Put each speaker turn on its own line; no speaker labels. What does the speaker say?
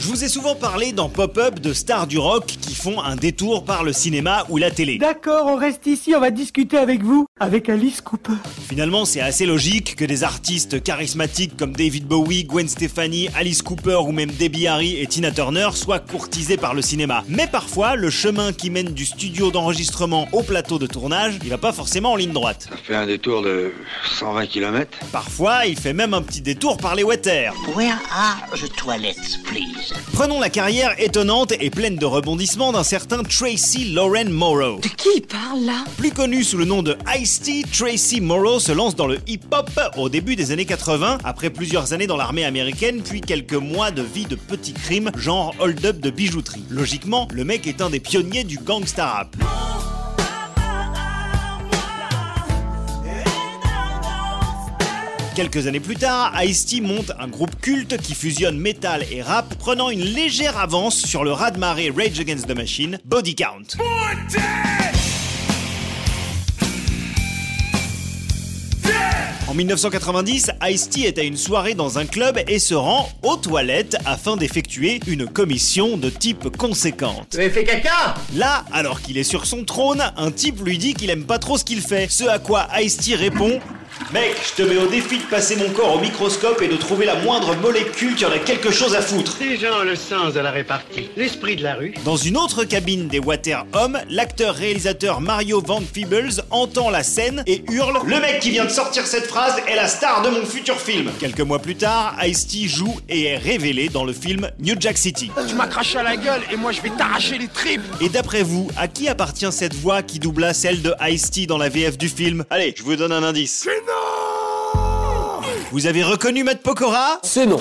Je vous ai souvent parlé dans Pop-up de stars du rock qui font un détour par le cinéma ou la télé.
D'accord, on reste ici, on va discuter avec vous, avec Alice Cooper.
Finalement, c'est assez logique que des artistes charismatiques comme David Bowie, Gwen Stefani, Alice Cooper ou même Debbie Harry et Tina Turner soient courtisés par le cinéma. Mais parfois, le chemin qui mène du studio d'enregistrement au plateau de tournage, il va pas forcément en ligne droite.
Ça fait un détour de 120 km.
Parfois, il fait même un petit détour par les water.
Where are the toilets, please?
Prenons la carrière étonnante et pleine de rebondissements d'un certain Tracy Lauren Morrow.
De qui il parle là
Plus connu sous le nom de Ice-T, Tracy Morrow se lance dans le hip-hop au début des années 80, après plusieurs années dans l'armée américaine, puis quelques mois de vie de petits crimes, genre hold-up de bijouterie. Logiquement, le mec est un des pionniers du gangsta rap. Quelques années plus tard, Ice-T monte un groupe culte qui fusionne métal et rap, prenant une légère avance sur le raz-de-marée Rage Against the Machine, Body Count. En 1990, Ice-T est à une soirée dans un club et se rend aux toilettes afin d'effectuer une commission de type conséquente.
avez fait caca
Là, alors qu'il est sur son trône, un type lui dit qu'il aime pas trop ce qu'il fait, ce à quoi Ice-T répond Mec, je te mets au défi de passer mon corps au microscope et de trouver la moindre molécule qui en a quelque chose à foutre.
Ces gens ont le sens de la répartie, l'esprit de la rue.
Dans une autre cabine des Water Hommes, l'acteur-réalisateur Mario Van Peebles entend la scène et hurle Le mec qui vient de sortir cette phrase est la star de mon futur film Quelques mois plus tard, Ice-T joue et est révélé dans le film New Jack City.
Tu m'as craché à la gueule et moi je vais t'arracher les tripes
Et d'après vous, à qui appartient cette voix qui doubla celle de Ice-T dans la VF du film Allez, je vous donne un indice. Vous avez reconnu Matt Pokora
C'est non.